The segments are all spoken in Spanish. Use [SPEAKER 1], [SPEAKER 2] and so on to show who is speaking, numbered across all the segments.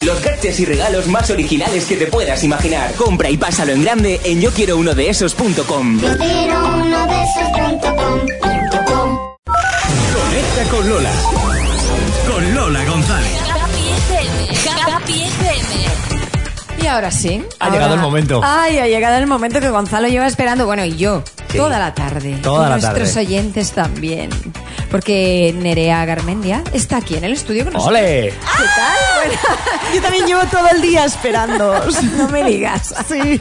[SPEAKER 1] Los gadgets y regalos más originales que te puedas imaginar. Compra y pásalo en grande en yo quiero uno de esos.com.
[SPEAKER 2] Yo quiero uno de esos.com.
[SPEAKER 3] Conecta con Lola. Con Lola González.
[SPEAKER 4] Happy FM.
[SPEAKER 5] Y ahora sí.
[SPEAKER 3] Ha
[SPEAKER 5] ahora-
[SPEAKER 3] llegado el momento.
[SPEAKER 5] Ay, ha llegado el momento que Gonzalo lleva esperando, bueno, y yo, toda la tarde.
[SPEAKER 3] Toda
[SPEAKER 5] y
[SPEAKER 3] la
[SPEAKER 5] nuestros
[SPEAKER 3] tarde.
[SPEAKER 5] oyentes también. Porque Nerea Garmendia está aquí en el estudio con nosotros.
[SPEAKER 3] ¡Ole!
[SPEAKER 5] ¿Qué tal? Buena-
[SPEAKER 6] Yo también llevo todo el día esperando.
[SPEAKER 5] No me digas.
[SPEAKER 6] Sí.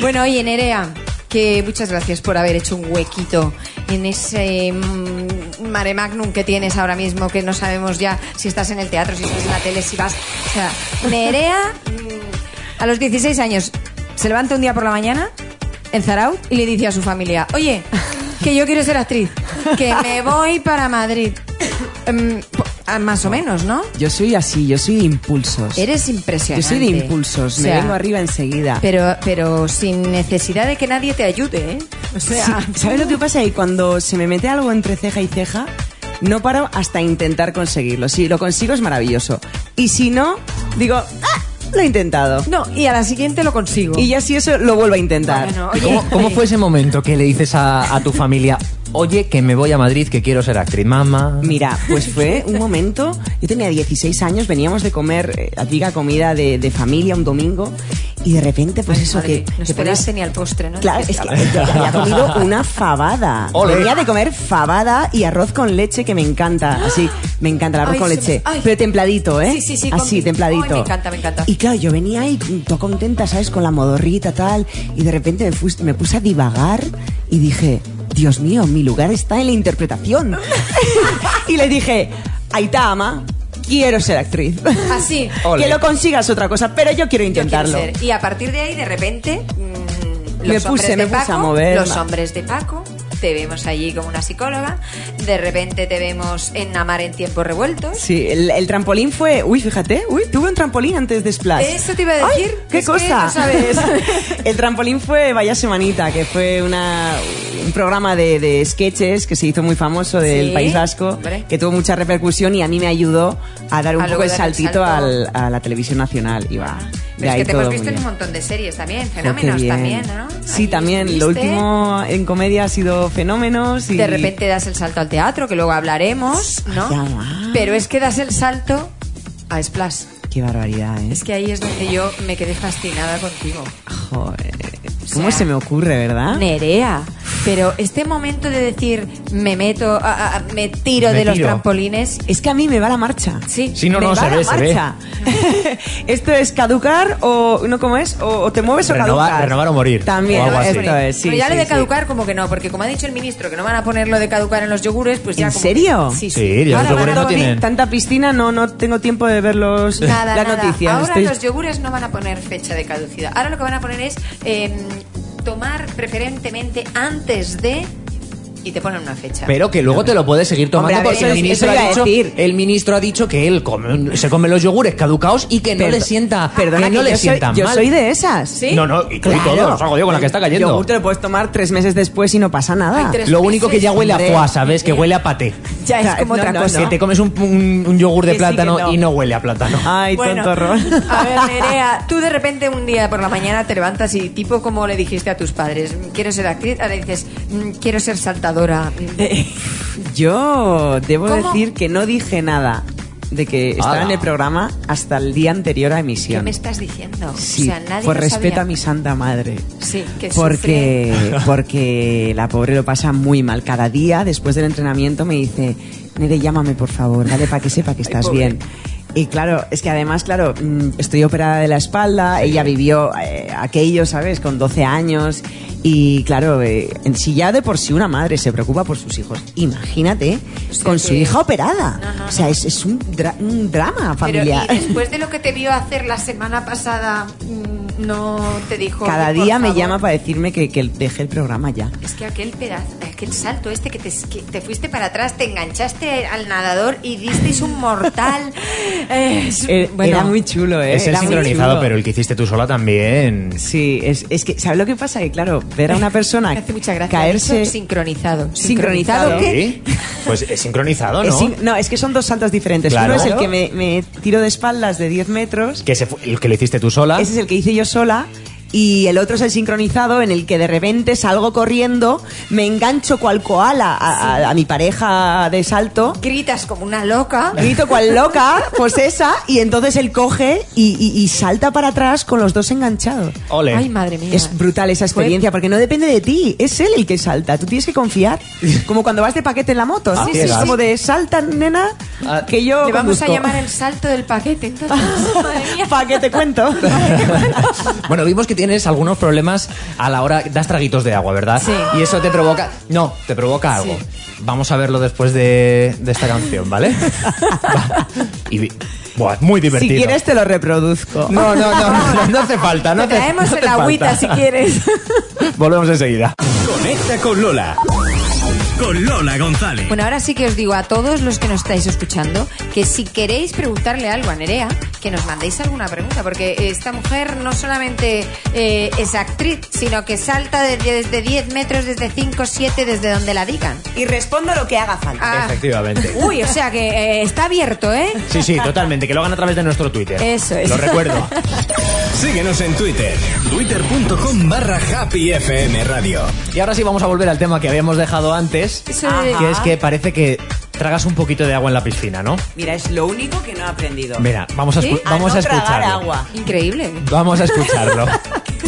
[SPEAKER 5] Bueno, oye, Nerea, que muchas gracias por haber hecho un huequito en ese mm, mare magnum que tienes ahora mismo, que no sabemos ya si estás en el teatro, si estás en la tele, si vas. O sea, Nerea, mm, a los 16 años, se levanta un día por la mañana en Zaraut y le dice a su familia: Oye, que yo quiero ser actriz, que me voy para Madrid. Em, po- ah, más o menos, ¿no?
[SPEAKER 6] Yo soy así, yo soy de impulsos.
[SPEAKER 5] Eres impresionante.
[SPEAKER 6] Yo soy de impulsos,
[SPEAKER 5] O sea,
[SPEAKER 6] me vengo arriba enseguida.
[SPEAKER 5] pero, pero sin necesidad de que nadie te ayude, ¿eh? O sea,
[SPEAKER 6] Sí, ¿Sabes lo que pasa? Y cuando se me mete algo entre ceja y ceja, no paro hasta intentar conseguirlo. Si lo consigo es maravilloso. Y si no, digo, ¡ah! Lo he intentado.
[SPEAKER 5] no, y a la siguiente lo consigo.
[SPEAKER 6] Y ya si eso lo vuelvo a intentar.
[SPEAKER 5] Bueno,
[SPEAKER 3] ¿Y
[SPEAKER 5] oye, pues
[SPEAKER 3] ¿Cómo, cómo fue ese momento que le dices a, a tu familia, oye, que me voy a Madrid, que quiero ser actriz, mamá?
[SPEAKER 6] Mira, pues fue un momento, yo tenía 16 años, veníamos de comer eh, la típica comida de, de familia un domingo y de repente pues
[SPEAKER 5] Ay,
[SPEAKER 6] eso
[SPEAKER 5] madre,
[SPEAKER 6] que...
[SPEAKER 5] no
[SPEAKER 6] que
[SPEAKER 5] esperaste
[SPEAKER 6] pones-
[SPEAKER 5] ni al postre, ¿no?
[SPEAKER 6] Claro, es que yo había comido una fabada.
[SPEAKER 3] Ole.
[SPEAKER 6] Venía de comer fabada y arroz con leche que me encanta. Así, me encanta el arroz
[SPEAKER 5] Ay,
[SPEAKER 6] con
[SPEAKER 5] se me-
[SPEAKER 6] leche.
[SPEAKER 5] ay.
[SPEAKER 6] Pero templadito, ¿eh?
[SPEAKER 5] Sí, sí, sí,
[SPEAKER 6] Así,
[SPEAKER 5] con-
[SPEAKER 6] templadito.
[SPEAKER 5] Ay, me encanta, me encanta.
[SPEAKER 6] Y claro, yo venía ahí todo contenta, ¿sabes? Con la modorrita tal. Y de repente me, fus- me puse a divagar y dije, Dios mío, mi lugar está en la interpretación. y le dije, Aitama, quiero ser actriz.
[SPEAKER 5] Así.
[SPEAKER 3] Ole.
[SPEAKER 6] Que lo consigas otra cosa, pero
[SPEAKER 5] Yo
[SPEAKER 6] yo quiero
[SPEAKER 5] Ah, quiero
[SPEAKER 6] intentarlo.
[SPEAKER 5] ser. Y a partir de ahí, de repente, mm, los
[SPEAKER 6] Me
[SPEAKER 5] hombres
[SPEAKER 6] puse,
[SPEAKER 5] de
[SPEAKER 6] me puse a
[SPEAKER 5] Paco,
[SPEAKER 6] mover,
[SPEAKER 5] Los
[SPEAKER 6] ma.
[SPEAKER 5] hombres de Paco, te vemos allí como una psicóloga. De repente te vemos en Amar en tiempos revueltos.
[SPEAKER 6] Sí, el, el trampolín fue. Uy, fíjate, uy, tuve un trampolín antes de Splash.
[SPEAKER 5] Eso te iba a decir,
[SPEAKER 6] Ay, ¡Qué
[SPEAKER 5] es que
[SPEAKER 6] cosa!
[SPEAKER 5] no sabes.
[SPEAKER 6] el trampolín fue Vaya Semanita, que fue una, un programa de, de sketches que se hizo muy famoso del
[SPEAKER 5] Sí,
[SPEAKER 6] País Vasco,
[SPEAKER 5] hombre.
[SPEAKER 6] que tuvo mucha repercusión y a mí me ayudó a dar un
[SPEAKER 5] A
[SPEAKER 6] poco
[SPEAKER 5] luego
[SPEAKER 6] el
[SPEAKER 5] dar el
[SPEAKER 6] saltito
[SPEAKER 5] salto. Ah,
[SPEAKER 6] al- a la televisión nacional. Y va. de
[SPEAKER 5] Pero es
[SPEAKER 6] ahí
[SPEAKER 5] que te
[SPEAKER 6] todo
[SPEAKER 5] hemos visto
[SPEAKER 6] muy
[SPEAKER 5] en un
[SPEAKER 6] bien.
[SPEAKER 5] montón de series también,
[SPEAKER 6] Jo, qué
[SPEAKER 5] fenómenos
[SPEAKER 6] bien.
[SPEAKER 5] también, ¿no?
[SPEAKER 6] Sí,
[SPEAKER 5] Ahí
[SPEAKER 6] también. Lo
[SPEAKER 5] estuviste.
[SPEAKER 6] último en comedia ha sido Fenómenos y.
[SPEAKER 5] De repente das el salto al teatro, que luego hablaremos, ¿no?
[SPEAKER 6] Ay, ya.
[SPEAKER 5] Pero es que das el salto a Splash.
[SPEAKER 6] Qué barbaridad, ¿eh?
[SPEAKER 5] Es que ahí es donde yo me quedé fascinada contigo.
[SPEAKER 6] Joder. ¿Cómo
[SPEAKER 5] sea,
[SPEAKER 6] se me ocurre, verdad?
[SPEAKER 5] Nerea. Pero este momento de decir, me meto, a- a- me tiro
[SPEAKER 3] Me
[SPEAKER 5] de los
[SPEAKER 3] tiro.
[SPEAKER 5] trampolines.
[SPEAKER 6] Es que a mí me va la marcha.
[SPEAKER 5] Sí.
[SPEAKER 3] Sí, no,
[SPEAKER 6] me
[SPEAKER 3] no,
[SPEAKER 6] va
[SPEAKER 3] se
[SPEAKER 6] la
[SPEAKER 3] ve, se ve.
[SPEAKER 6] marcha. esto es caducar o no cómo es o, o te mueves o
[SPEAKER 3] Renovar-
[SPEAKER 6] caducar.
[SPEAKER 3] renovar o morir,
[SPEAKER 6] También
[SPEAKER 3] o algo así.
[SPEAKER 6] esto es. Sí,
[SPEAKER 5] Pero ya
[SPEAKER 6] sí,
[SPEAKER 5] le de
[SPEAKER 6] sí.
[SPEAKER 5] caducar, como que no, porque como ha dicho el ministro que no van a poner lo de caducar en los yogures, pues ya.
[SPEAKER 6] ¿En
[SPEAKER 5] como-
[SPEAKER 6] serio?
[SPEAKER 5] Sí,
[SPEAKER 3] Sí, ya los
[SPEAKER 5] Ahora van a
[SPEAKER 3] yogures no
[SPEAKER 5] poner-
[SPEAKER 3] tienen.
[SPEAKER 6] Tanta piscina no no tengo tiempo de ver los
[SPEAKER 5] Nada,
[SPEAKER 6] la
[SPEAKER 5] nada.
[SPEAKER 6] noticia.
[SPEAKER 5] Ahora
[SPEAKER 6] Estoy-
[SPEAKER 5] los yogures no van a poner fecha de caducidad. Ahora lo que van a poner es eh, tomar preferentemente antes de y te ponen una fecha.
[SPEAKER 3] Pero que luego te lo puedes seguir tomando
[SPEAKER 6] Hombre, a ver,
[SPEAKER 3] porque
[SPEAKER 6] eso
[SPEAKER 3] el
[SPEAKER 6] es-
[SPEAKER 3] ministro,
[SPEAKER 6] eso
[SPEAKER 3] ha
[SPEAKER 6] iba a
[SPEAKER 3] dicho,
[SPEAKER 6] decir.
[SPEAKER 3] el ministro ha dicho que él come un- se come los yogures caducados y que no
[SPEAKER 6] Perdón-
[SPEAKER 3] le sienta,
[SPEAKER 6] Perdona,
[SPEAKER 3] que no
[SPEAKER 6] que
[SPEAKER 3] le
[SPEAKER 6] yo, soy,
[SPEAKER 3] sienta
[SPEAKER 6] yo
[SPEAKER 3] mal.
[SPEAKER 6] soy de esas.
[SPEAKER 5] ¿Sí?
[SPEAKER 3] No, no, y, tú y todos, os hago yo con la que está
[SPEAKER 6] El
[SPEAKER 3] cayendo.
[SPEAKER 6] yogur te lo puedes tomar tres meses después y no pasa nada.
[SPEAKER 5] Ay, tres-
[SPEAKER 3] Lo único que ya huele a
[SPEAKER 6] Hombre.
[SPEAKER 3] foie, ¿sabes? Que huele a paté.
[SPEAKER 5] Ya es como otra cosa.
[SPEAKER 3] Que te comes un, un- un yogur de
[SPEAKER 6] Que sí, que
[SPEAKER 3] plátano
[SPEAKER 6] no. Ah,
[SPEAKER 3] y no huele a plátano.
[SPEAKER 6] Ay,
[SPEAKER 5] Bueno,
[SPEAKER 6] tontorrón.
[SPEAKER 5] a ver, Nerea, tú de repente un día por la mañana te levantas y tipo como le dijiste a tus padres, "Mm, quiero ser actriz, ahora dices, "Mm, quiero ser saltadora.
[SPEAKER 6] Eh, Yo debo
[SPEAKER 5] ¿Cómo?
[SPEAKER 6] decir que no dije nada de que estaba
[SPEAKER 3] Ala.
[SPEAKER 6] en el programa hasta el día anterior a
[SPEAKER 5] ¿Qué
[SPEAKER 6] emisión.
[SPEAKER 5] me estás diciendo?
[SPEAKER 6] eh, Sí,
[SPEAKER 5] o sea, nadie
[SPEAKER 6] por
[SPEAKER 5] lo
[SPEAKER 6] respeto
[SPEAKER 5] sabía.
[SPEAKER 6] a mi santa madre.
[SPEAKER 5] Sí, que
[SPEAKER 6] porque, porque la pobre lo pasa muy mal. Cada día, después del entrenamiento, me dice, Nere, llámame por favor, dale para que sepa que estás
[SPEAKER 5] pobre.
[SPEAKER 6] bien. Y claro, es que además, claro, mm, estoy operada de la espalda, ella vivió eh, aquello, ¿sabes?, con 12 años. Y claro, eh, en- si ya de por sí una madre se preocupa por sus hijos, imagínate, con su
[SPEAKER 5] que-
[SPEAKER 6] hija operada.
[SPEAKER 5] Ajá.
[SPEAKER 6] O sea, es, es un, dra- un drama
[SPEAKER 5] Pero,
[SPEAKER 6] familiar.
[SPEAKER 5] y después de lo que te vio hacer la semana pasada, mm, no te dijo.
[SPEAKER 6] Cada
[SPEAKER 5] "Por
[SPEAKER 6] día me
[SPEAKER 5] favor"?
[SPEAKER 6] llama para decirme que, que deje el programa ya.
[SPEAKER 5] Es que aquel pedazo, aquel salto este que te, que te fuiste para atrás, te enganchaste al nadador y disteis un mortal. Eh, es-
[SPEAKER 6] Era,
[SPEAKER 5] bueno,
[SPEAKER 6] era muy chulo, ¿eh?
[SPEAKER 3] es el
[SPEAKER 6] Era muy
[SPEAKER 3] sincronizado,
[SPEAKER 6] chulo.
[SPEAKER 3] pero el que hiciste tú sola también.
[SPEAKER 6] Sí, es, es que, ¿sabes lo que pasa? Que claro, ver a una persona
[SPEAKER 5] me hace mucha gracia.
[SPEAKER 6] caerse...
[SPEAKER 5] Eso, sincronizado.
[SPEAKER 6] Sincronizado.
[SPEAKER 5] ¿qué?
[SPEAKER 3] Sí. Pues es sincronizado, ¿no?
[SPEAKER 6] Es sin- no, es que son dos saltos diferentes.
[SPEAKER 3] Claro.
[SPEAKER 6] Uno es el que me, me tiro de espaldas de 10 metros.
[SPEAKER 3] Que se fu- el que lo hiciste tú sola.
[SPEAKER 6] Ese es el que hice yo sola. Y el otro es el sincronizado, en el que de repente salgo corriendo, me engancho cual koala a, a- a mi pareja de salto.
[SPEAKER 5] Gritas como una loca.
[SPEAKER 6] Grito cual loca, pues esa, y entonces él coge y, y- y salta para atrás con los dos enganchados.
[SPEAKER 3] Ole.
[SPEAKER 5] Ay, madre mía.
[SPEAKER 6] Es brutal esa experiencia, porque no depende de ti, es él el que salta, tú tienes que confiar. Como cuando vas de paquete en la moto, ¿no?
[SPEAKER 3] Ah, sí,
[SPEAKER 6] es
[SPEAKER 3] sí,
[SPEAKER 6] como
[SPEAKER 3] sí.
[SPEAKER 6] de salta, nena,
[SPEAKER 3] Ah,
[SPEAKER 6] que yo
[SPEAKER 5] Le vamos a
[SPEAKER 6] conduzco".
[SPEAKER 5] llamar el salto del paquete. Entonces, madre mía.
[SPEAKER 6] ¿Para qué te cuento?
[SPEAKER 3] Bueno, vimos que tienes algunos problemas a la hora. Das traguitos de agua, ¿verdad?
[SPEAKER 5] Sí.
[SPEAKER 3] Y eso te provoca. No, te provoca algo. Vamos a verlo después de, de esta canción, ¿vale? Va. y, vi- buah, es muy
[SPEAKER 6] si
[SPEAKER 3] divertido.
[SPEAKER 6] quieres te lo reproduzco.
[SPEAKER 3] No, no, no, no, no hace falta. No
[SPEAKER 5] Te
[SPEAKER 3] hace-
[SPEAKER 5] traemos
[SPEAKER 3] no hace
[SPEAKER 5] el agüita
[SPEAKER 3] falta.
[SPEAKER 5] si quieres.
[SPEAKER 3] Volvemos enseguida.
[SPEAKER 7] Conecta con Lola. Con Lola González.
[SPEAKER 5] Bueno, ahora sí que os digo a todos los que nos estáis escuchando que si queréis preguntarle algo a Nerea, que nos mandéis alguna pregunta, porque esta mujer no solamente eh, es actriz, sino que salta desde, desde 10 metros, desde 5, 7, desde donde la digan.
[SPEAKER 6] Y respondo lo que haga falta.
[SPEAKER 5] Ah.
[SPEAKER 3] Efectivamente.
[SPEAKER 5] Uy, o sea que eh, está abierto, ¿eh?
[SPEAKER 3] Sí, sí, totalmente. Que lo hagan a través de nuestro Twitter.
[SPEAKER 5] Eso es.
[SPEAKER 3] Lo recuerdo.
[SPEAKER 7] Síguenos en Twitter. Twitter.com barra Happy FM Radio.
[SPEAKER 3] Y ahora sí vamos a volver al tema que habíamos dejado antes.
[SPEAKER 5] Eso de-
[SPEAKER 3] Que es que parece que tragas un poquito de agua en la piscina, ¿no?
[SPEAKER 6] Mira, es lo único que no he aprendido.
[SPEAKER 3] Mira, vamos a, escu-
[SPEAKER 6] Ah,
[SPEAKER 5] ¿Sí?
[SPEAKER 3] vamos a, escucharlo.
[SPEAKER 5] Increíble.
[SPEAKER 3] Vamos a escucharlo.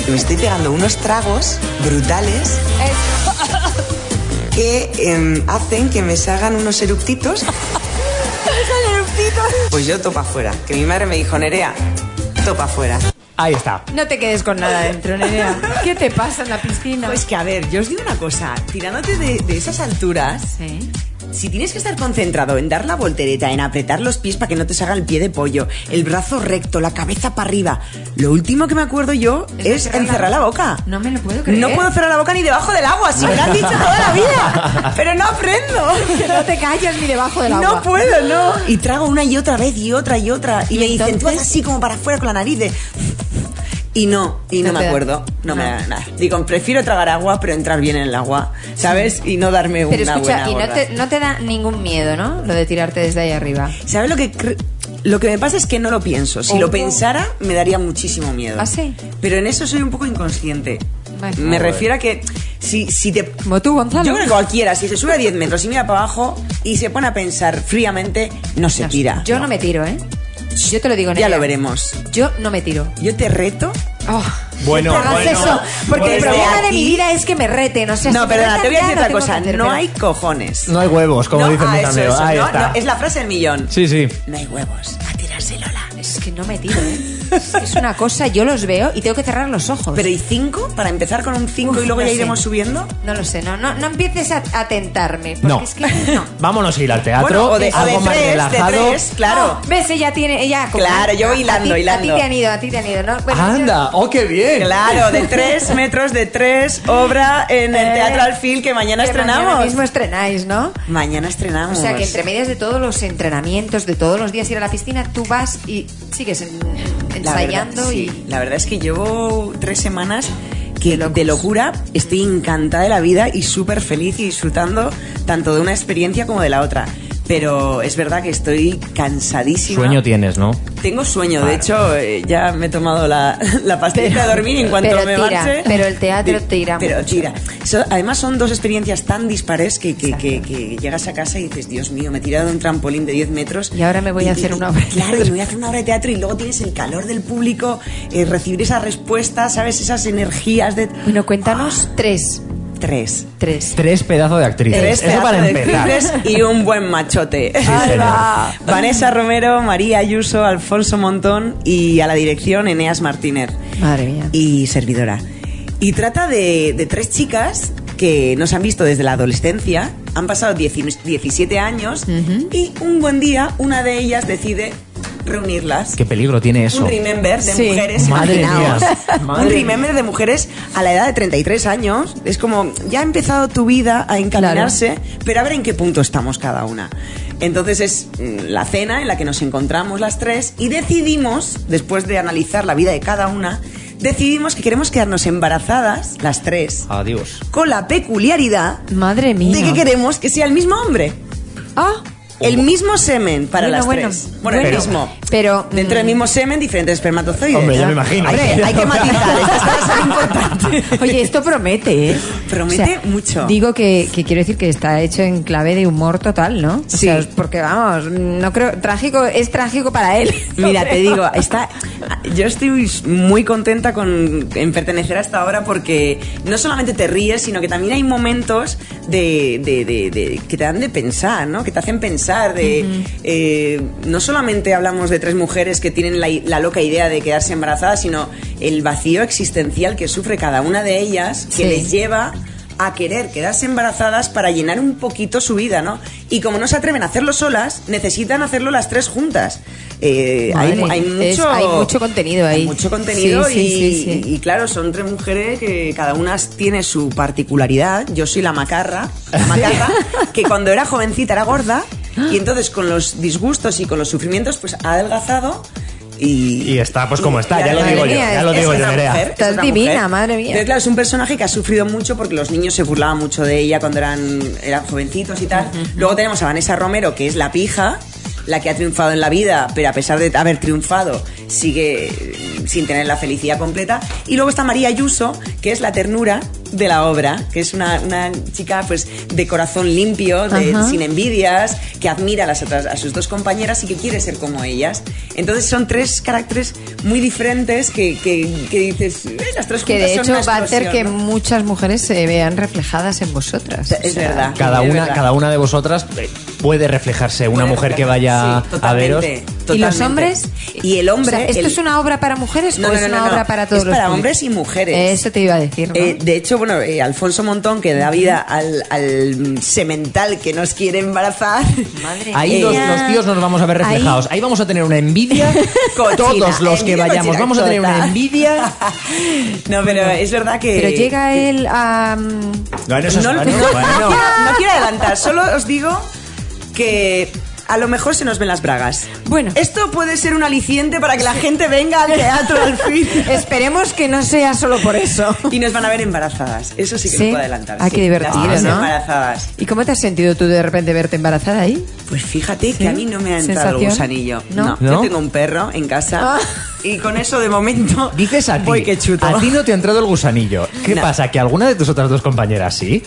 [SPEAKER 8] Me estoy pegando unos tragos brutales que em, hacen que me salgan unos eructitos. Pues yo topa afuera, que mi madre me dijo, Nerea, topa afuera.
[SPEAKER 3] Ahí está.
[SPEAKER 5] No te quedes con nada dentro, Nerea. ¿Qué te pasa en la piscina?
[SPEAKER 6] Pues que a ver, yo os digo una cosa, tirándote de, de esas alturas,
[SPEAKER 5] Sí.
[SPEAKER 6] si tienes que estar concentrado en dar la voltereta, en apretar los pies para que no te salga el pie de pollo, el brazo recto, la cabeza para arriba, lo último que me acuerdo yo es, encerrar la boca.
[SPEAKER 5] No me lo puedo creer.
[SPEAKER 6] No puedo cerrar la boca ni debajo del agua, si me lo han dicho toda la vida. Pero no aprendo.
[SPEAKER 5] No te callas ni debajo del agua.
[SPEAKER 6] No puedo, no. Y trago una y otra vez y otra y otra. Y, me dicen, tú
[SPEAKER 5] entonces?
[SPEAKER 6] haz así como para afuera con la nariz de... Y no, y
[SPEAKER 5] No
[SPEAKER 6] no,
[SPEAKER 5] te
[SPEAKER 6] me
[SPEAKER 5] da.
[SPEAKER 6] acuerdo. No, me
[SPEAKER 5] No.
[SPEAKER 6] da nada. Digo, prefiero tragar agua, pero entrar bien en el agua, ¿sabes? Y no darme
[SPEAKER 5] Pero
[SPEAKER 6] una
[SPEAKER 5] escucha,
[SPEAKER 6] buena
[SPEAKER 5] y no
[SPEAKER 6] gorda.
[SPEAKER 5] te, no te da ningún miedo, ¿no? Lo de tirarte desde ahí arriba.
[SPEAKER 6] ¿Sabes lo que cre- lo que me pasa es que no lo pienso. Si lo pensara, me daría muchísimo miedo.
[SPEAKER 5] ¿Ah, sí?
[SPEAKER 6] Pero en eso soy un poco inconsciente.
[SPEAKER 5] Vale.
[SPEAKER 6] Me refiero a que si, si te...
[SPEAKER 5] Como tú, Gonzalo.
[SPEAKER 6] Yo creo que cualquiera, si se sube a 10 metros y mira para abajo y se pone a pensar fríamente, no se tira.
[SPEAKER 5] Yo no, me tiro, ¿eh? Yo te lo digo,
[SPEAKER 6] Ya
[SPEAKER 5] Nerea.
[SPEAKER 6] lo veremos.
[SPEAKER 5] Yo no me tiro.
[SPEAKER 6] Yo te reto.
[SPEAKER 5] Oh,
[SPEAKER 3] Bueno,
[SPEAKER 5] no te hagas
[SPEAKER 3] bueno,
[SPEAKER 5] eso, porque el
[SPEAKER 6] bueno.
[SPEAKER 5] problema de
[SPEAKER 6] Aquí-
[SPEAKER 5] mi vida es que me reten. O sea, si
[SPEAKER 6] no,
[SPEAKER 5] me
[SPEAKER 6] perdona,
[SPEAKER 5] retan
[SPEAKER 6] te voy a
[SPEAKER 5] ya
[SPEAKER 6] decir
[SPEAKER 5] lo
[SPEAKER 6] otra
[SPEAKER 5] tengo que
[SPEAKER 6] cosa.
[SPEAKER 5] hacer,
[SPEAKER 6] No
[SPEAKER 5] pero-
[SPEAKER 6] hay cojones.
[SPEAKER 3] No hay huevos, como
[SPEAKER 6] No,
[SPEAKER 3] dicen
[SPEAKER 6] ah,
[SPEAKER 3] mis
[SPEAKER 6] eso,
[SPEAKER 3] amigos.
[SPEAKER 6] eso,
[SPEAKER 3] Ahí
[SPEAKER 6] no,
[SPEAKER 3] está.
[SPEAKER 6] no, es la frase del millón.
[SPEAKER 3] Sí, sí.
[SPEAKER 6] No hay huevos. A tirarse Lola.
[SPEAKER 5] Es que no me tiro, ¿eh? Es que es una cosa, yo los veo y tengo que cerrar los ojos.
[SPEAKER 6] Pero ¿y cinco? Para empezar con un cinco
[SPEAKER 5] Uf,
[SPEAKER 6] y luego
[SPEAKER 5] no
[SPEAKER 6] ya
[SPEAKER 5] sé.
[SPEAKER 6] iremos subiendo.
[SPEAKER 5] No lo sé, no, no, no empieces a, a tentarme. Porque
[SPEAKER 3] No.
[SPEAKER 5] es que no.
[SPEAKER 3] Vámonos a ir al teatro.
[SPEAKER 6] Bueno, o de, o
[SPEAKER 3] algo
[SPEAKER 6] de
[SPEAKER 3] más
[SPEAKER 6] tres,
[SPEAKER 3] relajado.
[SPEAKER 6] de tres, claro.
[SPEAKER 5] Oh, ¿Ves? Ella tiene. Ella como-
[SPEAKER 6] Claro, yo voy hilando,
[SPEAKER 5] a ti- A ti
[SPEAKER 6] hilando.
[SPEAKER 5] te han ido, a ti te han ido, ¿no? Bueno,
[SPEAKER 3] Anda, oh, qué bien.
[SPEAKER 6] Claro, de tres metros, de tres, obra en el
[SPEAKER 5] Eh,
[SPEAKER 6] Teatro Alfil que mañana
[SPEAKER 5] que
[SPEAKER 6] estrenamos.
[SPEAKER 5] Mañana mismo estrenáis, ¿no?
[SPEAKER 6] Mañana estrenamos.
[SPEAKER 5] O sea que entre medias de todos los entrenamientos, de todos los días ir a la piscina, tú vas y sigues en-
[SPEAKER 6] La verdad,
[SPEAKER 5] ensayando
[SPEAKER 6] sí. La verdad es que llevo tres semanas que de locura estoy encantada de la vida y súper feliz y disfrutando tanto de una experiencia como de la otra. Pero es verdad que estoy cansadísima.
[SPEAKER 3] Sueño tienes, ¿no?
[SPEAKER 6] Tengo sueño, de hecho eh, ya me he tomado la, la pastillita de dormir y en cuanto
[SPEAKER 5] pero
[SPEAKER 6] me
[SPEAKER 5] tira,
[SPEAKER 6] marche...
[SPEAKER 5] pero el teatro tira
[SPEAKER 6] Pero
[SPEAKER 5] mucho.
[SPEAKER 6] tira. So- además son dos experiencias tan dispares que, que, que- que llegas a casa y dices, Dios mío, me he tirado de un trampolín de 10 metros.
[SPEAKER 5] Y ahora me voy a hacer una obra de
[SPEAKER 6] Claro, y me voy a hacer una obra de teatro y luego tienes el calor del público, eh, recibir esas respuestas, ¿sabes? Esas energías de...
[SPEAKER 5] y. Bueno, cuéntanos tres.
[SPEAKER 6] Tres, Tres.
[SPEAKER 5] Ah. Tres.
[SPEAKER 3] Tres pedazos de actrices.
[SPEAKER 6] Tres
[SPEAKER 3] Eso para
[SPEAKER 6] pedazos de
[SPEAKER 3] empezar.
[SPEAKER 6] actrices y un buen machote.
[SPEAKER 5] Ah,
[SPEAKER 3] Ahí señor. va.
[SPEAKER 6] Vanessa Romero, María Ayuso, Alfonso Montón y a la dirección Eneas Martínez
[SPEAKER 5] Madre mía.
[SPEAKER 6] y servidora. Y trata de, de tres chicas que nos han visto desde la adolescencia, han pasado 19 17 años y un buen día una de ellas decide reunirlas.
[SPEAKER 3] Qué peligro tiene eso.
[SPEAKER 6] Un remember de
[SPEAKER 9] Sí.
[SPEAKER 6] mujeres,
[SPEAKER 3] Madre
[SPEAKER 6] imaginaos.
[SPEAKER 3] mía. Madre
[SPEAKER 6] un remember de mujeres a la edad de 33 años. Es como, ya ha empezado tu vida a encaminarse, pero a ver en qué punto estamos cada una. Entonces es mm, la cena en la que nos encontramos las tres y decidimos, después de analizar la vida de cada una, decidimos que queremos quedarnos embarazadas, las tres,
[SPEAKER 3] Adiós.
[SPEAKER 6] con la peculiaridad
[SPEAKER 5] Madre mía.
[SPEAKER 6] de que queremos que sea el mismo hombre.
[SPEAKER 5] Ah,
[SPEAKER 6] El mismo semen para
[SPEAKER 5] Bueno,
[SPEAKER 6] las
[SPEAKER 5] bueno,
[SPEAKER 6] tres. Bueno, el
[SPEAKER 3] bueno.
[SPEAKER 6] mismo.
[SPEAKER 5] Pero,
[SPEAKER 6] Dentro del
[SPEAKER 5] mm.
[SPEAKER 6] mismo semen, diferentes espermatozoides.
[SPEAKER 3] Hombre, ya me imagino.
[SPEAKER 6] Hombre, hay que matizar. Estas cosas son importantes.
[SPEAKER 5] Oye, esto promete, ¿eh?
[SPEAKER 6] Promete mucho.
[SPEAKER 5] Digo que, que quiero decir que está hecho en clave de humor total, ¿no? O
[SPEAKER 6] Sí.
[SPEAKER 5] sea, porque vamos, no creo. Trágico, es trágico para él.
[SPEAKER 6] Mira, te
[SPEAKER 5] Creo.
[SPEAKER 6] digo, está, yo estoy muy contenta con, en pertenecer a esta obra porque no solamente te ríes, sino que también hay momentos de, de- de- de- que te dan de pensar, ¿no? que te hacen pensar. De, eh, no solamente hablamos de tres mujeres que tienen la, i- la loca idea de quedarse embarazadas, sino el vacío existencial que sufre cada una de ellas, que
[SPEAKER 5] Sí.
[SPEAKER 6] les lleva a querer quedarse embarazadas para llenar un poquito su vida, ¿no? Y como no se atreven a hacerlo solas, necesitan hacerlo las tres juntas. Eh, hay,
[SPEAKER 5] Madre,
[SPEAKER 6] hay
[SPEAKER 5] es-
[SPEAKER 6] mucho,
[SPEAKER 5] hay mucho contenido ahí.
[SPEAKER 6] hay mucho contenido
[SPEAKER 5] Sí, sí,
[SPEAKER 6] y,
[SPEAKER 5] sí, sí.
[SPEAKER 6] y claro, son tres mujeres que cada una tiene su particularidad. Yo soy la macarra, la macarra que cuando era jovencita era gorda y entonces con los disgustos y con los sufrimientos pues ha adelgazado y,
[SPEAKER 3] Y está, pues, como está, ya
[SPEAKER 5] lo digo yo, ya lo
[SPEAKER 3] digo yo, Nerea.
[SPEAKER 5] Estás divina, madre mía.
[SPEAKER 6] Pero claro, es un personaje que ha sufrido mucho porque los niños se burlaban mucho de ella cuando eran, eran jovencitos y tal. Luego tenemos a Vanessa Romero, que es la pija, la que ha triunfado en la vida, pero a pesar de haber triunfado, sigue eh, sin tener la felicidad completa. Y luego está María Ayuso, que es la ternura de la obra, que es una, una chica pues de corazón limpio, de-
[SPEAKER 5] Ajá.
[SPEAKER 6] sin envidias, que admira a, las otras, a sus dos compañeras y que quiere ser como ellas. Entonces son tres caracteres muy diferentes que, que- que dices, "Eh, las tres
[SPEAKER 5] Que de
[SPEAKER 6] juntas son
[SPEAKER 5] hecho
[SPEAKER 6] una
[SPEAKER 5] va a hacer que
[SPEAKER 6] explosión", ¿no?
[SPEAKER 5] muchas mujeres se vean reflejadas en vosotras.
[SPEAKER 6] Es
[SPEAKER 5] O sea,
[SPEAKER 6] verdad.
[SPEAKER 3] Cada
[SPEAKER 6] es
[SPEAKER 3] una,
[SPEAKER 6] verdad.
[SPEAKER 3] cada una de vosotras eh, puede reflejarse una
[SPEAKER 6] Puede
[SPEAKER 3] mujer que
[SPEAKER 6] reflejar-
[SPEAKER 3] vaya
[SPEAKER 6] sí,
[SPEAKER 3] a
[SPEAKER 6] totalmente,
[SPEAKER 3] veros.
[SPEAKER 5] ¿Y los
[SPEAKER 6] totalmente.
[SPEAKER 5] hombres?
[SPEAKER 6] Y el hombre.
[SPEAKER 5] O sea, ¿Esto
[SPEAKER 6] el-
[SPEAKER 5] es una obra para mujeres
[SPEAKER 6] No,
[SPEAKER 5] o
[SPEAKER 6] no,
[SPEAKER 5] es
[SPEAKER 6] no,
[SPEAKER 5] una
[SPEAKER 6] no, no.
[SPEAKER 5] obra para todos
[SPEAKER 6] Es
[SPEAKER 5] los
[SPEAKER 6] para
[SPEAKER 5] públicos?
[SPEAKER 6] hombres y mujeres.
[SPEAKER 5] Eso te iba a decir, ¿no?
[SPEAKER 6] Eh, de hecho, bueno, eh, Alfonso Montón, que da vida al, al semental que nos quiere embarazar.
[SPEAKER 5] Madre
[SPEAKER 3] Ahí los,
[SPEAKER 6] Ella-
[SPEAKER 3] los tíos nos vamos a ver
[SPEAKER 5] Ahí-
[SPEAKER 3] reflejados. Ahí, vamos a tener una envidia.
[SPEAKER 6] Cochina,
[SPEAKER 3] todos los que
[SPEAKER 6] envidia
[SPEAKER 3] vayamos
[SPEAKER 6] cochina,
[SPEAKER 3] vamos a tener una
[SPEAKER 6] total.
[SPEAKER 3] envidia.
[SPEAKER 6] No, pero es verdad que.
[SPEAKER 5] Pero llega él a... mm,
[SPEAKER 3] No, no, eso
[SPEAKER 6] No,
[SPEAKER 3] es-
[SPEAKER 6] no,
[SPEAKER 3] bueno,
[SPEAKER 6] no
[SPEAKER 3] bueno.
[SPEAKER 6] quiero, no quiero adelantar, solo os digo que a lo mejor se nos ven las bragas.
[SPEAKER 5] Bueno.
[SPEAKER 6] Esto puede ser un aliciente para que la gente venga al teatro al fin.
[SPEAKER 5] Esperemos que no sea solo por eso.
[SPEAKER 6] Y nos van a ver embarazadas. Eso sí que
[SPEAKER 5] Sí.
[SPEAKER 6] lo puedo adelantar.
[SPEAKER 5] Ah,
[SPEAKER 6] sí.
[SPEAKER 5] qué divertido,
[SPEAKER 6] Las chicas
[SPEAKER 5] ¿no?
[SPEAKER 6] embarazadas.
[SPEAKER 5] ¿Y cómo te has sentido tú de repente verte embarazada ahí?
[SPEAKER 6] Pues fíjate
[SPEAKER 5] ¿Sí?
[SPEAKER 6] que a mí no me ha entrado
[SPEAKER 5] ¿Sensación?
[SPEAKER 6] el gusanillo.
[SPEAKER 5] ¿No?
[SPEAKER 6] No.
[SPEAKER 3] ¿No?
[SPEAKER 6] Yo tengo un perro en casa
[SPEAKER 5] Ah.
[SPEAKER 6] y con eso de momento
[SPEAKER 3] Dices a ti,
[SPEAKER 6] voy que chuto.
[SPEAKER 3] a ti no te ha entrado el gusanillo. ¿Qué
[SPEAKER 6] No.
[SPEAKER 3] pasa? ¿Que alguna de tus otras dos compañeras sí?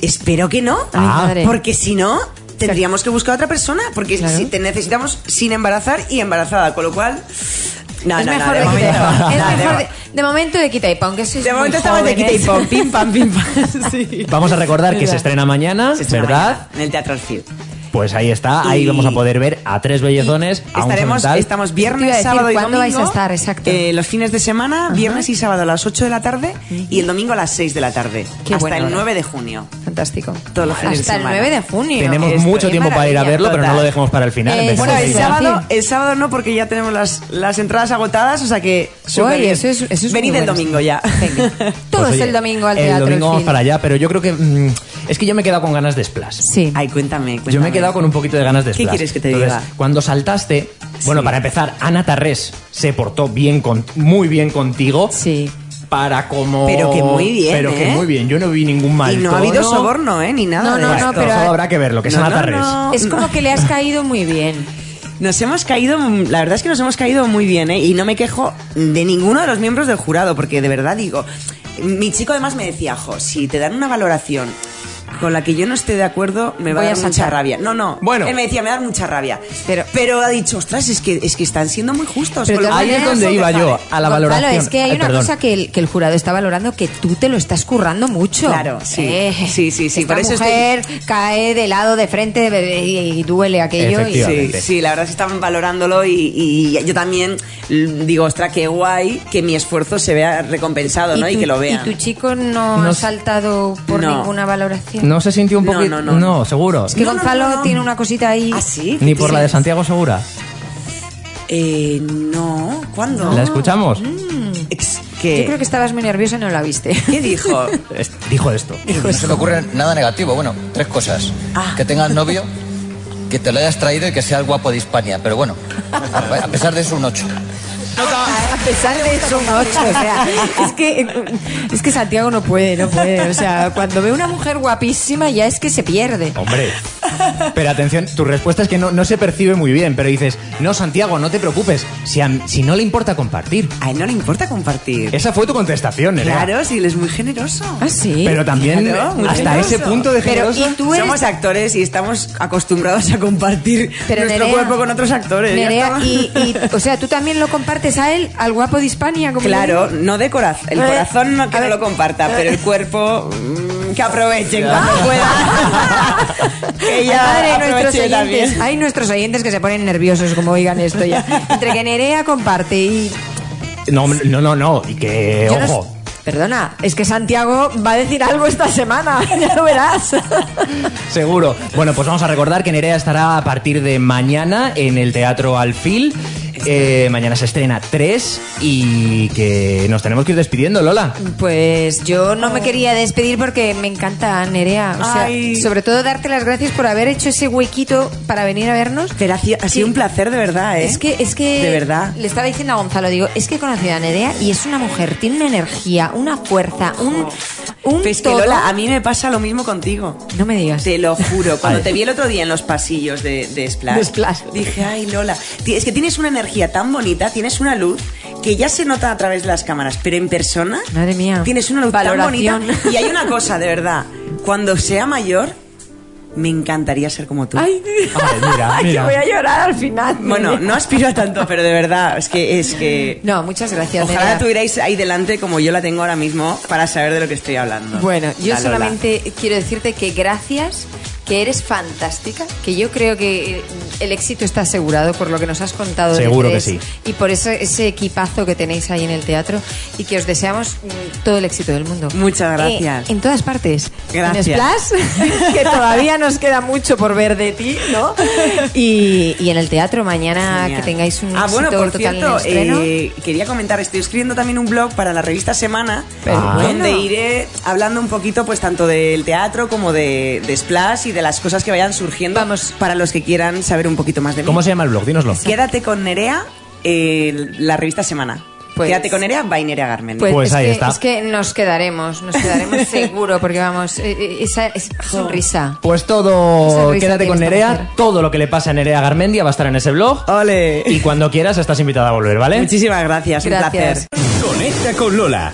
[SPEAKER 6] Espero que no,
[SPEAKER 5] Ay,
[SPEAKER 3] Ah.
[SPEAKER 5] madre.
[SPEAKER 6] porque si no tendríamos que buscar a otra persona porque
[SPEAKER 5] Claro.
[SPEAKER 6] si te necesitamos sin embarazar y embarazada, con lo cual no,
[SPEAKER 5] es
[SPEAKER 6] no, no,
[SPEAKER 5] mejor
[SPEAKER 6] de
[SPEAKER 5] de quita y
[SPEAKER 6] momento,
[SPEAKER 5] pon. Es
[SPEAKER 6] no, de
[SPEAKER 5] mejor
[SPEAKER 6] mo-
[SPEAKER 5] de, de momento de quita y pon, que sois
[SPEAKER 6] de
[SPEAKER 5] muy
[SPEAKER 6] momento estamos de quita y
[SPEAKER 5] jóvenes.
[SPEAKER 6] pon, pim pam, pim pam. Sí.
[SPEAKER 3] Vamos a recordar que se estrena mañana,
[SPEAKER 6] Se estrena
[SPEAKER 3] ¿verdad?
[SPEAKER 6] mañana En el Teatro Alfil.
[SPEAKER 3] Pues ahí está, ahí
[SPEAKER 6] Y-
[SPEAKER 3] vamos a poder ver a tres bellezones, a un
[SPEAKER 6] Estaremos,
[SPEAKER 3] semental.
[SPEAKER 6] estamos
[SPEAKER 5] Te
[SPEAKER 6] viernes,
[SPEAKER 5] iba a decir,
[SPEAKER 6] sábado y
[SPEAKER 5] ¿cuándo
[SPEAKER 6] domingo.
[SPEAKER 5] vais a estar? Exacto.
[SPEAKER 6] eh, los fines de semana, viernes y sábado a las 8 de la tarde y el domingo a las 6 de la tarde.
[SPEAKER 5] Qué
[SPEAKER 6] hasta
[SPEAKER 5] buena
[SPEAKER 6] el
[SPEAKER 5] hora.
[SPEAKER 6] 9 de junio.
[SPEAKER 5] Fantástico.
[SPEAKER 6] Todos los fines de
[SPEAKER 5] Hasta el
[SPEAKER 6] semana.
[SPEAKER 5] 9 de junio.
[SPEAKER 3] Tenemos
[SPEAKER 6] Esto,
[SPEAKER 3] mucho
[SPEAKER 5] qué
[SPEAKER 3] tiempo para ir a
[SPEAKER 5] maravilla.
[SPEAKER 3] verlo, pero no lo
[SPEAKER 6] total.
[SPEAKER 3] dejemos para el final.
[SPEAKER 5] Eh,
[SPEAKER 3] empezamos
[SPEAKER 6] Bueno,
[SPEAKER 5] Eso
[SPEAKER 6] el
[SPEAKER 5] sí.
[SPEAKER 3] ahí.
[SPEAKER 6] sábado,
[SPEAKER 5] Sí.
[SPEAKER 6] el sábado no, porque ya tenemos las, las entradas agotadas, o sea que. súper bien.
[SPEAKER 5] eso es, eso es
[SPEAKER 6] Venid
[SPEAKER 5] muy
[SPEAKER 6] el
[SPEAKER 5] bueno.
[SPEAKER 6] domingo ya.
[SPEAKER 5] Venga. Todos
[SPEAKER 3] Pues, oye,
[SPEAKER 5] el domingo al teatro.
[SPEAKER 3] El domingo vamos
[SPEAKER 5] Phil.
[SPEAKER 3] para allá, pero yo creo que. mm, es que yo me he quedado con ganas de splash.
[SPEAKER 5] Sí.
[SPEAKER 6] Ay, cuéntame, cuéntame.
[SPEAKER 3] Yo me he quedado con un poquito de ganas de
[SPEAKER 6] ¿Qué
[SPEAKER 3] splash.
[SPEAKER 6] quieres que te
[SPEAKER 3] Entonces,
[SPEAKER 6] diga?
[SPEAKER 3] Cuando saltaste, bueno, para empezar, Ana Tarrés se portó bien con, muy bien contigo.
[SPEAKER 5] Sí.
[SPEAKER 3] Para como.
[SPEAKER 6] Pero que muy bien,
[SPEAKER 3] Pero que
[SPEAKER 6] ¿eh?
[SPEAKER 3] muy bien. Yo no vi ningún mal.
[SPEAKER 6] Y no ha habido
[SPEAKER 3] tono.
[SPEAKER 6] soborno, ¿eh? Ni nada.
[SPEAKER 5] No,
[SPEAKER 6] de
[SPEAKER 5] no,
[SPEAKER 6] esto.
[SPEAKER 3] Bueno,
[SPEAKER 5] pero-
[SPEAKER 3] eso habrá que verlo, que es
[SPEAKER 6] No,
[SPEAKER 3] Ana
[SPEAKER 6] no,
[SPEAKER 3] Tarrés.
[SPEAKER 6] no.
[SPEAKER 5] Es como que le has caído muy bien.
[SPEAKER 6] Nos hemos caído, la verdad es que nos hemos caído muy bien, ¿eh? Y no me quejo de ninguno de los miembros del jurado, porque de verdad digo, mi chico además me decía, jo, si te dan una valoración con la que yo no esté de acuerdo me va
[SPEAKER 5] Voy
[SPEAKER 6] a
[SPEAKER 5] a
[SPEAKER 6] dar mucha
[SPEAKER 5] saltar.
[SPEAKER 6] rabia. No, no.
[SPEAKER 3] Bueno.
[SPEAKER 6] Él me decía, me va a dar mucha rabia. Pero,
[SPEAKER 5] Pero-
[SPEAKER 6] ha dicho, ostras, es que, es que están siendo muy justos.
[SPEAKER 5] Pero
[SPEAKER 6] con lo
[SPEAKER 5] te-
[SPEAKER 6] que
[SPEAKER 5] ahí es
[SPEAKER 6] ellos
[SPEAKER 5] donde
[SPEAKER 6] son
[SPEAKER 3] iba yo.
[SPEAKER 6] dejables.
[SPEAKER 3] A la
[SPEAKER 5] Gonzalo,
[SPEAKER 3] valoración.
[SPEAKER 5] es que hay
[SPEAKER 3] Ay,
[SPEAKER 5] una
[SPEAKER 3] perdón.
[SPEAKER 5] cosa que el, que el jurado está valorando que tú te lo estás currando mucho. Eh,
[SPEAKER 6] Claro, sí. Sí, sí, sí,
[SPEAKER 5] Esta
[SPEAKER 6] por eso estoy-
[SPEAKER 5] mujer cae de lado, de frente de- y, y duele aquello. y-
[SPEAKER 3] Efectivamente.
[SPEAKER 6] Sí, sí, la verdad es que estaban valorándolo y, y yo también l- digo, ostras, qué guay que mi esfuerzo se vea recompensado, ¿no? Y,
[SPEAKER 5] tu-
[SPEAKER 6] que lo vean.
[SPEAKER 5] ¿Y tu chico no,
[SPEAKER 3] No
[SPEAKER 5] ha
[SPEAKER 3] s-
[SPEAKER 5] saltado por
[SPEAKER 6] No.
[SPEAKER 5] ninguna valoración?
[SPEAKER 3] No se sintió un
[SPEAKER 6] No, no,
[SPEAKER 3] poquito.
[SPEAKER 6] no, no.
[SPEAKER 3] seguro.
[SPEAKER 5] Es que
[SPEAKER 6] No, no,
[SPEAKER 5] Gonzalo
[SPEAKER 6] no, no.
[SPEAKER 5] tiene una cosita ahí.
[SPEAKER 6] ¿Ah, sí?
[SPEAKER 3] Ni por la de
[SPEAKER 6] Sí.
[SPEAKER 3] Santiago Segura.
[SPEAKER 6] Eh, no, ¿cuándo?
[SPEAKER 3] ¿La escuchamos?
[SPEAKER 6] Ex-
[SPEAKER 5] Yo creo que estabas muy nerviosa y no la viste.
[SPEAKER 6] ¿Qué dijo?
[SPEAKER 3] Es- Dijo esto.
[SPEAKER 5] Pues,
[SPEAKER 9] No se me ocurre nada negativo. Bueno, tres cosas.
[SPEAKER 6] Ah.
[SPEAKER 9] Que tengas novio, que te lo hayas traído y que sea el guapo de Hispania. Pero bueno, a pesar de eso, un 8.
[SPEAKER 5] A pesar de eso, un ocho, o sea, es que, es que Santiago no puede, no puede. O sea, cuando ve una mujer guapísima ya es que se pierde.
[SPEAKER 3] Hombre. Pero atención, tu respuesta es que no, no se percibe muy bien, pero dices, no, Santiago, no te preocupes, si, a- si no le importa compartir.
[SPEAKER 6] A él no le importa compartir.
[SPEAKER 3] Esa fue tu contestación, Nerea.
[SPEAKER 6] Claro, sí, él es muy generoso.
[SPEAKER 5] Ah, sí.
[SPEAKER 3] Pero también
[SPEAKER 6] Claro, muy
[SPEAKER 3] hasta
[SPEAKER 6] generoso.
[SPEAKER 3] ese punto de
[SPEAKER 5] Pero,
[SPEAKER 3] generoso.
[SPEAKER 5] ¿y tú eres-
[SPEAKER 6] Somos actores y estamos acostumbrados a compartir
[SPEAKER 5] Pero
[SPEAKER 6] nuestro
[SPEAKER 5] Nerea-
[SPEAKER 6] cuerpo con otros actores. ya
[SPEAKER 5] Nerea,
[SPEAKER 6] está.
[SPEAKER 5] y, y, o sea, tú también lo compartes a él, al guapo de Hispania, como yo
[SPEAKER 6] Claro,
[SPEAKER 5] digo?
[SPEAKER 6] no de corazón. El
[SPEAKER 5] Eh,
[SPEAKER 6] corazón no que
[SPEAKER 5] a
[SPEAKER 6] no
[SPEAKER 5] ver.
[SPEAKER 6] lo comparta, pero el cuerpo mm, que aprovechen cuando puedan. que
[SPEAKER 5] Ay, madre,
[SPEAKER 6] ya
[SPEAKER 5] nuestros
[SPEAKER 6] aprovechen
[SPEAKER 5] oyentes,
[SPEAKER 6] también.
[SPEAKER 5] hay nuestros oyentes que se ponen nerviosos como oigan esto ya. Entre que Nerea comparte y
[SPEAKER 3] No, no, no, no, y que,
[SPEAKER 5] Yo no
[SPEAKER 3] Eh, ojo.
[SPEAKER 5] s- Perdona, es que Santiago va a decir algo esta semana, ya lo verás.
[SPEAKER 3] Seguro. Bueno, pues vamos a recordar que Nerea estará a partir de mañana en el Teatro Alfil. Eh, mañana se estrena 3 y que nos tenemos que ir despidiendo, Lola.
[SPEAKER 5] Pues yo no me quería despedir porque me encanta Nerea. O sea,
[SPEAKER 6] Ay.
[SPEAKER 5] sobre todo darte las gracias por haber hecho ese huequito para venir a vernos.
[SPEAKER 6] Pero ha sido, ha
[SPEAKER 5] Sí.
[SPEAKER 6] sido un placer de verdad, ¿eh?
[SPEAKER 5] Es que, es que.
[SPEAKER 6] De verdad.
[SPEAKER 5] Le estaba diciendo a Gonzalo, digo, es que he conocido a Nerea y es una mujer, tiene una energía, una fuerza, un. un
[SPEAKER 6] Pues que
[SPEAKER 5] todo.
[SPEAKER 6] Lola, a mí me pasa lo mismo contigo.
[SPEAKER 5] No me digas.
[SPEAKER 6] Te lo juro, cuando te vi el otro día en los pasillos de, de Splash,
[SPEAKER 5] De Splash.
[SPEAKER 6] dije, ay Lola, ti- es que tienes una energía tan bonita, tienes una luz que ya se nota a través de las cámaras, pero en persona
[SPEAKER 5] Madre mía.
[SPEAKER 6] tienes una luz tan
[SPEAKER 5] Valoración.
[SPEAKER 6] bonita. Y hay una cosa, de verdad, cuando sea mayor, me encantaría ser como tú.
[SPEAKER 5] Ay,
[SPEAKER 3] Ay, mira,
[SPEAKER 5] que
[SPEAKER 3] mira.
[SPEAKER 5] voy a llorar al final.
[SPEAKER 6] Bueno, no aspiro a tanto, pero de verdad, es que... Es que...
[SPEAKER 5] No, muchas gracias,
[SPEAKER 6] Ojalá
[SPEAKER 5] Nerea.
[SPEAKER 6] tuvierais ahí delante como yo la tengo ahora mismo para saber de lo que estoy hablando.
[SPEAKER 5] Bueno, yo
[SPEAKER 6] La Lola.
[SPEAKER 5] solamente quiero decirte que gracias, que eres fantástica, que yo creo que el éxito está asegurado por lo que nos has contado. de
[SPEAKER 3] Seguro que
[SPEAKER 5] tres
[SPEAKER 3] sí.
[SPEAKER 5] Y por eso ese equipazo que tenéis ahí en el teatro y que os deseamos mm, todo el éxito del mundo.
[SPEAKER 6] Muchas gracias.
[SPEAKER 5] Eh, en todas partes.
[SPEAKER 6] Gracias.
[SPEAKER 5] En Splash, que todavía nos queda mucho por ver de ti, ¿no? Y, y en el teatro mañana
[SPEAKER 6] Genial.
[SPEAKER 5] que tengáis un
[SPEAKER 6] ah,
[SPEAKER 5] éxito
[SPEAKER 6] bueno, por
[SPEAKER 5] total en
[SPEAKER 6] cierto,
[SPEAKER 5] el estreno.
[SPEAKER 6] eh, quería comentar, estoy escribiendo también un blog para la revista Semana,
[SPEAKER 3] Ah.
[SPEAKER 6] donde
[SPEAKER 5] bueno.
[SPEAKER 6] iré hablando un poquito pues tanto del teatro como de, de Splash y de las cosas que vayan surgiendo
[SPEAKER 5] Vamos.
[SPEAKER 6] para los que quieran saber un poquito más de mí.
[SPEAKER 3] ¿Cómo se llama el blog? Dínoslo.
[SPEAKER 6] Quédate con Nerea, eh, la revista Semana.
[SPEAKER 5] Pues-
[SPEAKER 6] Quédate con Nerea, by Nerea Garmen.
[SPEAKER 5] Pues,
[SPEAKER 3] Pues
[SPEAKER 5] es
[SPEAKER 3] ahí
[SPEAKER 5] que,
[SPEAKER 3] está.
[SPEAKER 5] Es que nos quedaremos, nos quedaremos seguro, porque vamos, eh, eh, esa, esa sonrisa.
[SPEAKER 3] Pues
[SPEAKER 5] Esa
[SPEAKER 3] todo,
[SPEAKER 5] risa
[SPEAKER 3] quédate
[SPEAKER 5] tiene
[SPEAKER 3] con
[SPEAKER 5] esta
[SPEAKER 3] Nerea,
[SPEAKER 5] mujer.
[SPEAKER 3] todo lo que le pasa a Nerea Garmendia va a estar en ese blog.
[SPEAKER 6] Ah. ¡Ole!
[SPEAKER 3] Y cuando quieras estás invitada a volver, ¿vale?
[SPEAKER 6] Muchísimas gracias, un
[SPEAKER 5] ¿eh? Gracias.
[SPEAKER 6] placer.
[SPEAKER 10] Conecta con Lola.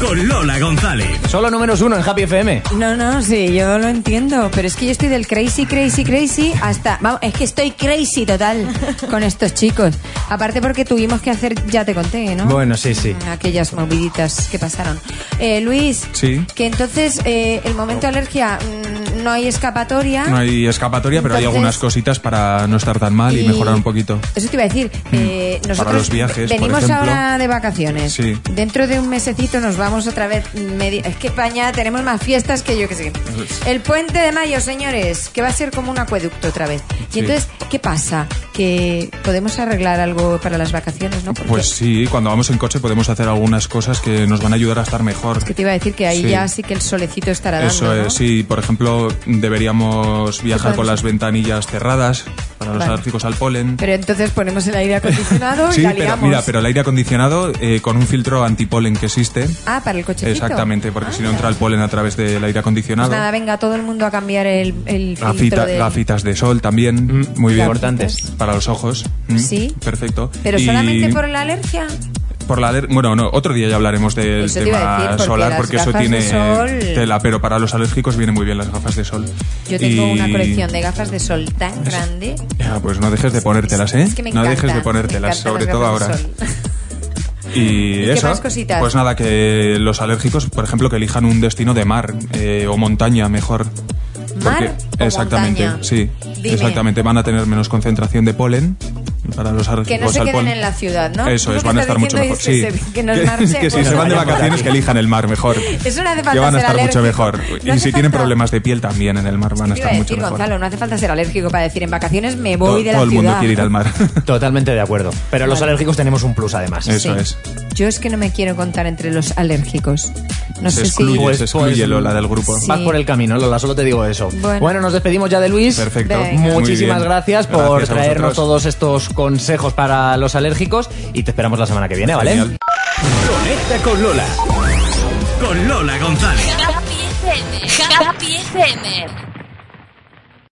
[SPEAKER 10] Con Lola González.
[SPEAKER 3] Solo números uno en Happy FM.
[SPEAKER 5] No, no, sí, yo lo entiendo, pero es que yo estoy del crazy, crazy, crazy hasta... Vamos, es que estoy crazy total con estos chicos. Aparte porque tuvimos que hacer, ya te conté, ¿no?
[SPEAKER 3] Bueno, sí, sí.
[SPEAKER 5] Aquellas moviditas que pasaron. Eh, Luis,
[SPEAKER 11] Sí.
[SPEAKER 5] que entonces eh, el momento alergia mm, no hay escapatoria.
[SPEAKER 11] No hay escapatoria, pero hay
[SPEAKER 5] Entonces-
[SPEAKER 11] algunas cositas para no estar tan mal y, mejorar un poquito.
[SPEAKER 5] Eso te iba a decir. eh, nosotros
[SPEAKER 11] Mm. los viajes, por
[SPEAKER 5] venimos
[SPEAKER 11] ejemplo.
[SPEAKER 5] ahora de vacaciones.
[SPEAKER 11] Sí.
[SPEAKER 5] Dentro de un mesecito nos vamos otra vez. medi- Es que España tenemos más fiestas que yo que sé.
[SPEAKER 11] Pues.
[SPEAKER 5] El puente de mayo, señores, que va a ser como un acueducto otra vez. Y
[SPEAKER 11] Sí.
[SPEAKER 5] entonces, ¿qué pasa? Que podemos arreglar algo para las vacaciones, ¿no? Porque
[SPEAKER 11] Pues sí, cuando vamos en coche podemos hacer algunas cosas que nos van a ayudar a estar mejor.
[SPEAKER 5] que te iba a decir que ahí
[SPEAKER 11] Sí.
[SPEAKER 5] ya sí que el solecito estará dando.
[SPEAKER 11] Eso
[SPEAKER 5] ¿no?
[SPEAKER 11] es, sí. Por ejemplo, deberíamos viajar con
[SPEAKER 5] podemos
[SPEAKER 11] las ventanillas cerradas para los
[SPEAKER 5] Vale.
[SPEAKER 11] alérgicos al polen.
[SPEAKER 5] Pero entonces ponemos el aire acondicionado y
[SPEAKER 11] sí,
[SPEAKER 5] la
[SPEAKER 11] pero
[SPEAKER 5] liamos.
[SPEAKER 11] mira, pero el aire acondicionado eh, con un filtro antipolen que existe.
[SPEAKER 5] Ah, para el cochecito.
[SPEAKER 11] Exactamente, porque
[SPEAKER 5] Ah,
[SPEAKER 11] si no
[SPEAKER 5] mira.
[SPEAKER 11] entra el polen a través del aire acondicionado.
[SPEAKER 5] Pues nada, venga todo el mundo a cambiar el, el filtro
[SPEAKER 11] Gafita-
[SPEAKER 5] del-
[SPEAKER 11] Gafitas de sol también, muy bien.
[SPEAKER 3] Importantes.
[SPEAKER 11] Para los ojos. Mm,
[SPEAKER 5] Sí.
[SPEAKER 11] Perfecto.
[SPEAKER 5] ¿Pero
[SPEAKER 11] Y-
[SPEAKER 5] solamente por la alergia?
[SPEAKER 11] Por la aler- bueno, no, otro día ya hablaremos del
[SPEAKER 5] Eso te iba
[SPEAKER 11] tema
[SPEAKER 5] a decir, porque
[SPEAKER 11] solar
[SPEAKER 5] las
[SPEAKER 11] porque eso
[SPEAKER 5] gafas de
[SPEAKER 11] tiene
[SPEAKER 5] sol-
[SPEAKER 11] tela, pero para los alérgicos vienen muy bien las gafas de sol.
[SPEAKER 5] Yo tengo
[SPEAKER 11] Y-
[SPEAKER 5] una colección de gafas de sol tan grande.
[SPEAKER 11] Ya, pues no dejes de ponértelas, ¿eh?
[SPEAKER 5] Es que me
[SPEAKER 11] no
[SPEAKER 5] encantan,
[SPEAKER 11] dejes de
[SPEAKER 5] me
[SPEAKER 11] ponértelas,
[SPEAKER 5] encantan
[SPEAKER 11] sobre
[SPEAKER 5] las
[SPEAKER 11] todo
[SPEAKER 5] gafas
[SPEAKER 11] ahora.
[SPEAKER 5] de sol.
[SPEAKER 11] Y,
[SPEAKER 5] qué
[SPEAKER 11] eso,
[SPEAKER 5] más cositas?
[SPEAKER 11] pues nada, que los alérgicos, por ejemplo, que elijan un destino de mar eh, o montaña mejor.
[SPEAKER 5] ¿Mar o
[SPEAKER 11] exactamente,
[SPEAKER 5] montaña?
[SPEAKER 11] sí,
[SPEAKER 5] Dime.
[SPEAKER 11] exactamente, van a tener menos concentración de polen para los
[SPEAKER 5] Que no
[SPEAKER 11] alérgicos
[SPEAKER 5] se
[SPEAKER 11] pues al
[SPEAKER 5] queden
[SPEAKER 11] polen.
[SPEAKER 5] en la ciudad, ¿no?
[SPEAKER 11] Eso
[SPEAKER 5] Tú lo
[SPEAKER 11] es,
[SPEAKER 5] que
[SPEAKER 11] van a
[SPEAKER 5] estás
[SPEAKER 11] estar mucho
[SPEAKER 5] diciendo
[SPEAKER 11] mejor. Sí.
[SPEAKER 5] es que se- que nos marche,
[SPEAKER 11] que si
[SPEAKER 5] pues
[SPEAKER 11] se van de
[SPEAKER 5] vaya por
[SPEAKER 11] vacaciones,
[SPEAKER 5] aquí.
[SPEAKER 11] que elijan el mar mejor.
[SPEAKER 5] Eso no hace
[SPEAKER 11] que
[SPEAKER 5] falta
[SPEAKER 11] van a
[SPEAKER 5] ser
[SPEAKER 11] estar mucho
[SPEAKER 5] alérgico.
[SPEAKER 11] mejor.
[SPEAKER 5] No
[SPEAKER 11] y
[SPEAKER 5] hace
[SPEAKER 11] si tienen
[SPEAKER 5] falta-
[SPEAKER 11] problemas de piel también en el mar van a
[SPEAKER 5] Te iba
[SPEAKER 11] estar
[SPEAKER 5] a
[SPEAKER 11] mucho
[SPEAKER 5] decir,
[SPEAKER 11] mejor.
[SPEAKER 5] Gonzalo, no hace falta ser alérgico para decir en vacaciones me voy
[SPEAKER 11] todo
[SPEAKER 5] de la
[SPEAKER 11] todo el mundo
[SPEAKER 5] ciudad.
[SPEAKER 11] quiere ir al mar.
[SPEAKER 3] Totalmente de acuerdo. Pero los alérgicos tenemos un plus además.
[SPEAKER 11] Eso es.
[SPEAKER 5] Yo es que no me quiero contar entre los alérgicos. No
[SPEAKER 11] Se
[SPEAKER 5] sé
[SPEAKER 11] excluye,
[SPEAKER 5] si.
[SPEAKER 3] Pues,
[SPEAKER 11] se excluye Lola del grupo.
[SPEAKER 3] Vas por el camino, Lola, solo te digo eso.
[SPEAKER 5] Bueno.
[SPEAKER 3] Bueno, nos despedimos ya de Luis.
[SPEAKER 11] Perfecto. Venga.
[SPEAKER 3] pues, Muchísimas
[SPEAKER 11] Muy bien.
[SPEAKER 3] gracias por
[SPEAKER 11] Gracias a
[SPEAKER 3] traernos
[SPEAKER 11] vosotros.
[SPEAKER 3] todos estos consejos para los alérgicos y te esperamos la semana que viene, ¿vale?
[SPEAKER 11] Genial.
[SPEAKER 10] Conecta con Lola. Con Lola González.
[SPEAKER 4] Happy FM. Happy FM.